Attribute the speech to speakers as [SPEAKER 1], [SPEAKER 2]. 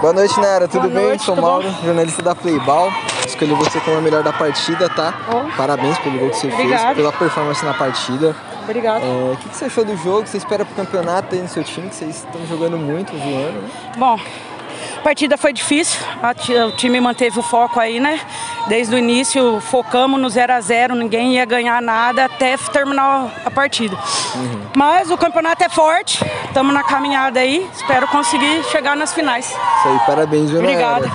[SPEAKER 1] Boa noite, Nara. Tudo
[SPEAKER 2] Boa
[SPEAKER 1] bem?
[SPEAKER 2] noite,
[SPEAKER 1] Sou
[SPEAKER 2] tudo
[SPEAKER 1] Mauro, jornalista da Playball. Escolhi você como a melhor da partida, tá?
[SPEAKER 2] Ó.
[SPEAKER 1] Parabéns pelo gol que você fez,
[SPEAKER 2] Obrigada.
[SPEAKER 1] pela performance na partida.
[SPEAKER 2] Obrigada.
[SPEAKER 1] É, O que, que você achou do jogo? O que Você espera pro campeonato aí no seu time, que vocês estão jogando muito, voando, né?
[SPEAKER 2] Bom, a partida foi difícil, a ti- o time manteve o foco aí, né? Desde o início focamos no 0 a 0 ninguém ia ganhar nada até f- terminar a partida. Mas o campeonato é forte, estamos na caminhada aí, espero conseguir chegar nas finais.
[SPEAKER 1] Isso aí, parabéns, viu, Nara?
[SPEAKER 2] Obrigada.